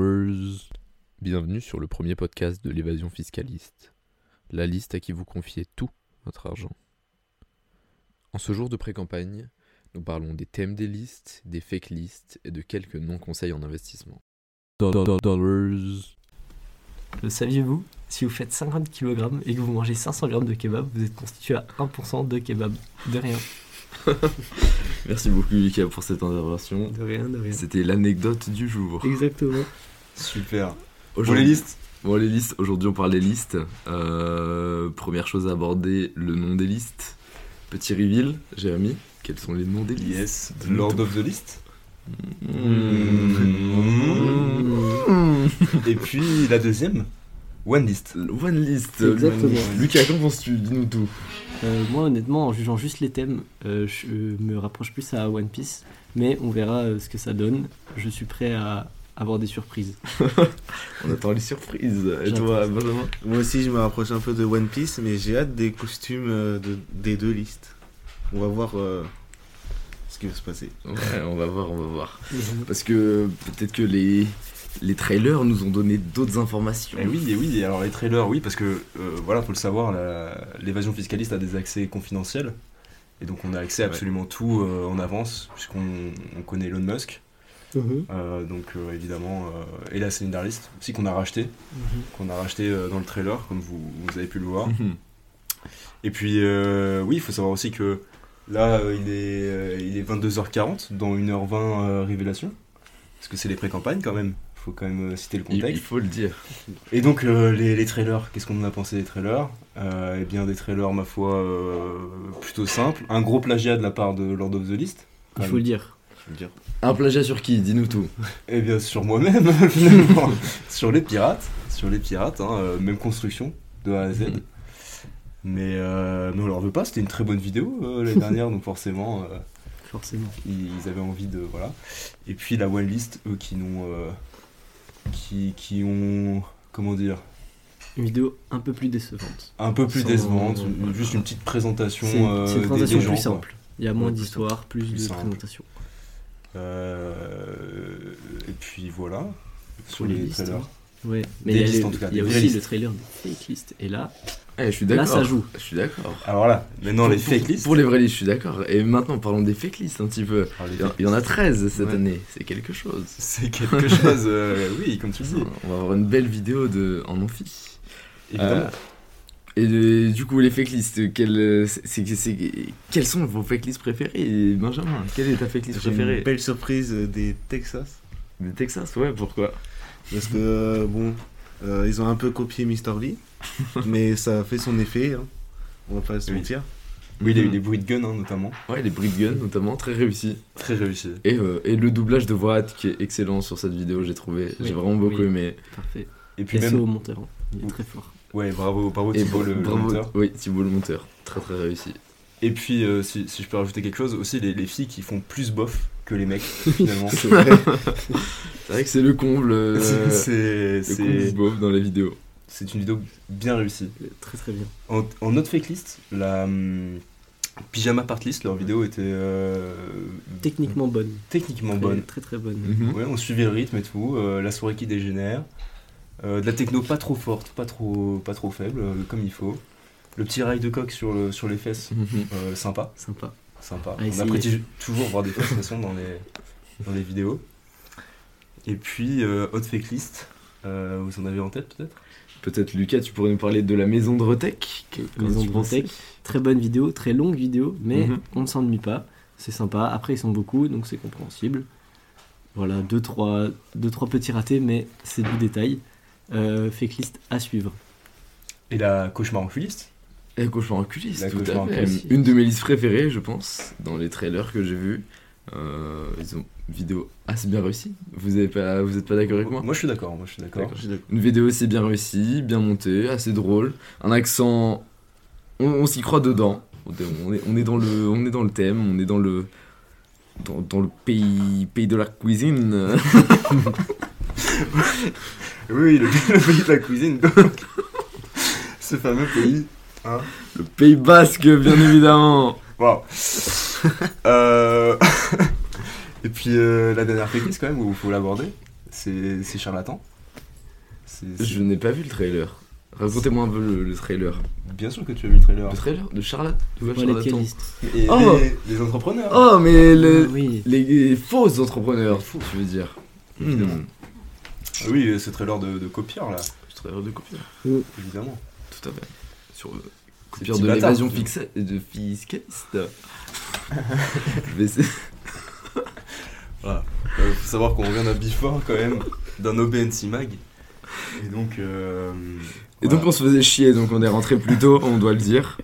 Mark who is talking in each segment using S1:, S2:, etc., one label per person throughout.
S1: dollars.
S2: Bienvenue sur le premier podcast de l'évasion fiscaliste, la liste à qui vous confiez tout votre argent. En ce jour de pré-campagne, nous parlons des thèmes des listes, des fake lists et de quelques non-conseils en investissement.
S1: Dollars.
S3: Le saviez-vous Si vous faites 50 kg et que vous mangez 500 g de kebab, vous êtes constitué à 1% de kebab. De rien.
S4: Merci beaucoup Lucas pour cette intervention.
S3: De rien, de rien.
S4: C'était l'anecdote du jour.
S3: Exactement.
S5: Super. Pour les
S4: Aujourd'hui-
S5: listes
S4: Bon les listes, aujourd'hui on parle des listes. Euh, première chose à aborder, le nom des listes. Petit reveal, Jérémy, quels sont les noms des listes
S5: Yes. The Lord of the List.
S4: Hmm.
S5: Mm.
S4: Mmh.
S5: Et puis la deuxième One List.
S4: One list.
S3: Exactement.
S4: One- Lucas, qu'en penses-tu Dis-nous tout.
S3: Euh, moi, honnêtement, en jugeant juste les thèmes, euh, je euh, me rapproche plus à One Piece, mais on verra euh, ce que ça donne. Je suis prêt à avoir des surprises.
S4: On attend les surprises. Et
S3: J'attends
S4: toi,
S3: ça.
S4: Benjamin
S6: Moi aussi, je me rapproche un peu de One Piece, mais j'ai hâte des costumes euh, de- des deux listes. On va voir euh, ce qui va se passer.
S4: Ouais, on va voir, on va voir.
S3: Mmh.
S4: Parce que peut-être que les, les trailers nous ont donné d'autres informations.
S5: Et Eh oui, et oui, et alors les trailers, oui, parce que euh, voilà, faut le savoir, la- l'évasion fiscaliste a des accès confidentiels. Et donc on a accès à
S4: Ouais.
S5: absolument tout euh, en avance, puisqu'on on connaît Elon Musk.
S3: Mmh.
S5: Euh, donc euh, évidemment, euh, et la Céline Darlist aussi qu'on a racheté,
S3: Mmh.
S5: qu'on a racheté euh, dans le trailer, comme vous, vous avez pu le voir.
S4: Mhm.
S5: Et puis, euh, oui, il faut savoir aussi que là, euh, il, est, euh, il est 22h40, dans 1h20 euh, révélation. Parce que c'est les pré-campagnes quand même. faut quand même euh, citer le
S4: Il, il
S5: contexte.
S4: faut le dire.
S5: Et donc, euh, les, les trailers, qu'est-ce qu'on en a pensé des trailers Euh, Eh bien, des trailers, ma foi, euh, plutôt simples. Un gros plagiat de la part de Lord of the List.
S3: Il faut le dire.
S4: Un plagiat sur qui Dis-nous tout.
S5: Eh bien, sur moi-même, finalement. sur les pirates. Sur les pirates, hein, euh, même construction, de A à Z.
S4: Mhm.
S5: Mais, euh, mais on leur veut pas, c'était une très bonne vidéo euh, l'année dernière, donc forcément. euh,
S3: Forcément.
S5: ils avaient envie de voilà et puis la one list eux qui n'ont euh, qui, qui ont comment dire
S3: Une vidéo un peu plus décevante.
S5: un peu plus
S4: Sans-
S5: décevante une-
S4: voilà.
S5: juste une petite présentation
S3: C'est une,
S5: euh,
S3: c'est une
S5: des-
S3: présentation
S5: des gens,
S3: plus
S5: quoi.
S3: simple. Il y a moins
S5: Ouais, plus
S3: d'histoire, plus,
S5: Plus
S3: de
S5: simple.
S3: présentation.
S5: Euh, et puis voilà sur
S3: les
S5: les,
S3: listes,
S5: trailers
S4: hein.
S3: Ouais. Mais
S5: Des
S3: il y a,
S5: listes,
S3: le-
S5: en tout cas,
S3: il y a
S5: des
S3: aussi
S5: listes.
S3: le trailer des fake lists. Et là,
S4: Eh, je suis
S3: là
S4: d'accord.
S3: ça joue.
S4: Je suis d'accord.
S5: alors là maintenant les fake lists
S4: Pour les vraies listes, je suis d'accord. Et maintenant, parlons des fake lists un petit peu.
S5: Alors, les
S4: Il y en-
S5: fake-
S4: il y en a 13 cette
S5: Ouais.
S4: année, c'est quelque chose.
S5: c'est quelque chose euh, oui comme tu le dis
S4: On va avoir une belle vidéo de... en amphi.
S5: évidemment
S4: Euh, et de- du coup, les fake lists, quelles, euh, c'est- c'est- c'est- quelles sont vos fake lists préférées Benjamin, quelle est ta fake list
S6: J'ai une
S4: préférée
S6: belle surprise euh, des Texas.
S4: Le Texas, ouais, pourquoi
S6: Parce que, euh, bon, euh, ils ont un peu copié Mr. Lee, mais ça a fait son effet. hein. On va pas se
S5: Oui.
S6: mentir.
S5: oui les, les bruits de gun hein, notamment
S4: Ouais, les Brit Gun notamment, très réussi.
S5: très réussi
S4: Et, euh, et le doublage de voix qui est excellent sur cette vidéo, j'ai trouvé.
S3: Oui,
S4: J'ai vraiment beaucoup
S3: oui.
S4: aimé.
S3: Parfait.
S5: et puis
S3: Casso
S5: même Mm.
S3: au Monterrand. Il est très fort.
S5: ouais bravo bravo
S4: Et
S5: Oh, Thibaut
S4: bra-
S5: le, le
S4: bravo-
S5: monteur.
S4: Oui, Thibaut le monteur, très très réussi.
S5: Et puis, euh, si, si je peux rajouter quelque chose, aussi les, les filles qui font plus bof que les mecs, finalement.
S6: C'est vrai.
S4: C'est vrai que c'est le comble. euh,
S5: C'est- c'est-
S4: le comble du
S5: C'est
S4: beauf dans les vidéos.
S5: c'est une vidéo bien réussie.
S3: Il est Très très bien.
S5: En, en autre fake list, la hum, Pyjama Part List, leur vidéo était euh,
S3: Techniquement bonne.
S5: techniquement
S3: Très,
S5: bonne. Mm-hmm.
S3: Très très bonne.
S5: Ouais, on suivait le rythme et tout, euh, la souris qui dégénère, euh, de la techno pas trop forte, pas trop, pas trop faible, euh, comme il faut. Le petit rail de coq sur, le- sur les fesses,
S4: Mhm.
S5: euh, sympa.
S3: Sympa.
S5: Sympa.
S3: À
S5: on
S3: essayer.
S5: apprécie toujours voir des façons dans les, dans les vidéos. Et puis, euh, Hot Fake List, euh, vous en avez en tête peut-être
S4: Peut-être Lucas, tu pourrais nous parler de la maison de Retech. que- qu'en
S3: Maison
S4: as-tu
S3: de
S4: pensé
S3: Retech. Très bonne vidéo, très longue vidéo, mais
S5: Mm-hmm.
S4: Mhm.
S3: on ne s'ennuie pas. C'est sympa. Après, ils sont beaucoup, donc c'est compréhensible. Voilà, deux trois, deux, trois petits ratés, mais c'est du détail. Euh, fake list à suivre.
S5: Et la Cauchemar en list
S4: La cauchemar en culisse,
S5: La
S4: tout
S5: cauchemar
S4: à
S5: en
S4: fait.
S3: culisse.
S4: Une de mes listes préférées, je pense, dans les trailers que j'ai vus. Euh, ils ont une vidéo assez bien réussie. Vous n'êtes pas, vous êtes pas d'accord avec moi
S5: je suis d'accord, moi je suis d'accord.
S4: D'accord. Une vidéo assez bien réussie, bien montée, assez drôle. Un accent. On, on s'y croit dedans. On est, on est- on est dans le, on est dans le thème, on est dans le. Dans, dans le pays, pays de la cuisine.
S5: Oui, le, le pays de la cuisine, donc. Ce fameux pays.
S4: Le Pays Basque, bien évidemment.
S5: Waouh Euh, Et puis, euh, la dernière fake list quand même, où il faut l'aborder, C'est c'est charlatan C'est- c'est-
S4: Je n'ai pas vu le trailer. Racontez-moi un peu le, le trailer.
S5: Bien sûr que tu as vu le trailer.
S4: Le trailer de Charlotte Où va
S3: Voilà,
S4: Charlatan
S3: quelle liste.
S5: Et
S4: Oh
S5: les, les entrepreneurs
S4: Oh, mais
S3: Ah
S4: le-
S3: oui.
S4: les, les faux Hmm. entrepreneurs, tu veux dire.
S5: Évidemment. Ah Oui, ce trailer de, de copieur là,
S4: Le trailer de copier.
S5: évidemment.
S4: Tout à fait. Sur le
S5: Ces
S4: pire
S5: petits
S4: de
S5: bâtards,
S4: l'évasion
S5: tu
S4: fixa- de fiscaliste. Je vais essayer-
S5: Euh, faut savoir qu'on revient d'un before quand même, d'un OBNC Mag. Et donc. euh,
S4: Et
S5: voilà.
S4: donc on se faisait chier, donc on est rentré plus tôt, on doit le dire.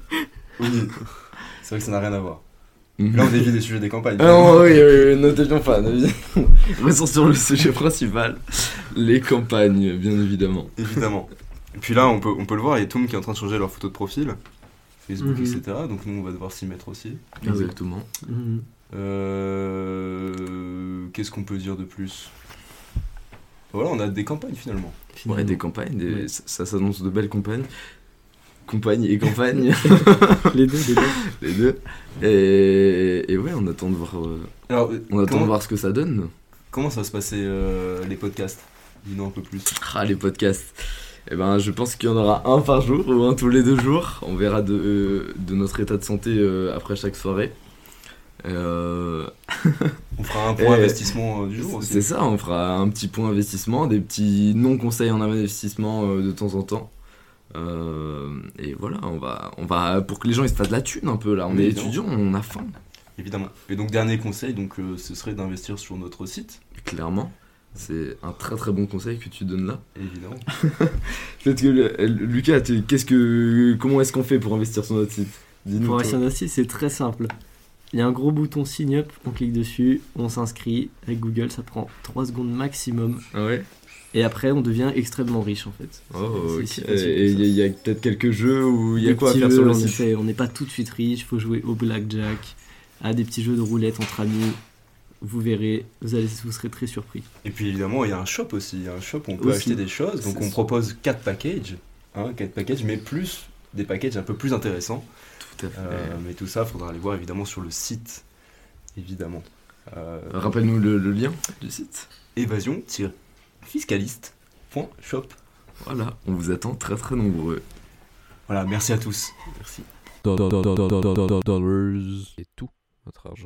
S5: Oui, c'est vrai que ça n'a rien à voir. Là, on dévie des sujets des campagnes.
S4: Ah non, Mhm. oui, oui, oui, ne t'étions pas. ne- Restons sur le sujet principal, les campagnes, bien évidemment.
S5: Évidemment. Et puis là, on peut, on peut le voir, il y a Toom qui est en train de changer leur photo de profil, Facebook,
S3: Mhm.
S5: etc. Donc nous, on va devoir s'y mettre aussi.
S3: oui.
S4: Exactement.
S3: Mhm.
S5: Euh, Qu'est-ce qu'on peut dire de plus Voilà, on a des campagnes finalement.
S4: Ouais,
S3: Finalement.
S4: des campagnes, des-
S3: Ouais.
S4: ça, ça s'annonce de belles campagnes. Campagne et campagne,
S3: Les deux, les deux.
S4: les deux. Et, et ouais, on attend de voir, euh,
S5: Alors, euh,
S4: on attend
S5: comment,
S4: de voir ce que ça donne.
S5: comment ça va se passer euh, les podcasts Dis-nous un peu plus.
S4: Ah, les podcasts. Eh ben, je pense qu'il y en aura un par jour ou un tous les deux jours. On verra de, euh, de notre état de santé euh, après chaque soirée. Euh,
S5: On fera un point
S4: Et-
S5: investissement euh, du jour
S4: C'est
S5: aussi.
S4: ça, on fera un petit point investissement, des petits non-conseils en investissement euh, de temps en temps. Euh, et voilà, on va, on va pour que les gens ils se fassent de la thune un peu là. On
S5: Oui,
S4: est
S5: évidemment.
S4: étudiants, on a faim,
S5: Évidemment. Et donc, dernier conseil, donc, euh, ce serait d'investir sur notre site.
S4: clairement. C'est un très très bon conseil que tu donnes là.
S5: Évidemment.
S4: Peut-être que euh, Lucas, tu- qu'est-ce que, comment est-ce qu'on fait pour investir sur notre site Dis-nous.
S3: Pour
S4: toi.
S3: investir dans site, c'est très simple. Il y a un gros bouton sign up, on clique dessus, on s'inscrit. Avec Google, ça prend 3 secondes maximum.
S4: Ah ouais.
S3: Et après, on devient extrêmement riche en fait.
S4: Oh,
S3: Ah C'est
S4: ok.
S3: si
S4: Et
S3: facile que
S4: il
S3: ça.
S4: y a- il y a, peut-être quelques jeux où il y a
S3: Des
S4: quoi à
S3: petits
S4: faire
S3: jeux,
S4: sur le
S3: en
S4: site.
S3: effet, on n'est pas tout de suite riche, faut jouer au blackjack, à des petits jeux de roulette entre amis. Vous verrez, vous, allez, vous serez très surpris.
S5: Et puis évidemment, il y a un shop aussi. Il y a un shop où on peut
S3: Aussi.
S5: acheter des choses. Donc
S3: C'est
S5: on
S3: ça.
S5: propose 4 packages. Hein, 4 packages, mais plus des packages un peu plus intéressants.
S4: Tout à fait.
S5: Euh, Mais tout ça, faudra aller voir évidemment sur le site. Évidemment. Euh,
S3: Ah.
S4: Rappelle-nous le, le lien du site.
S5: Évasion-fiscaliste.shop.
S4: Voilà, on vous attend très très nombreux.
S5: Voilà, merci à tous.
S1: dollars.
S2: Et tout notre argent.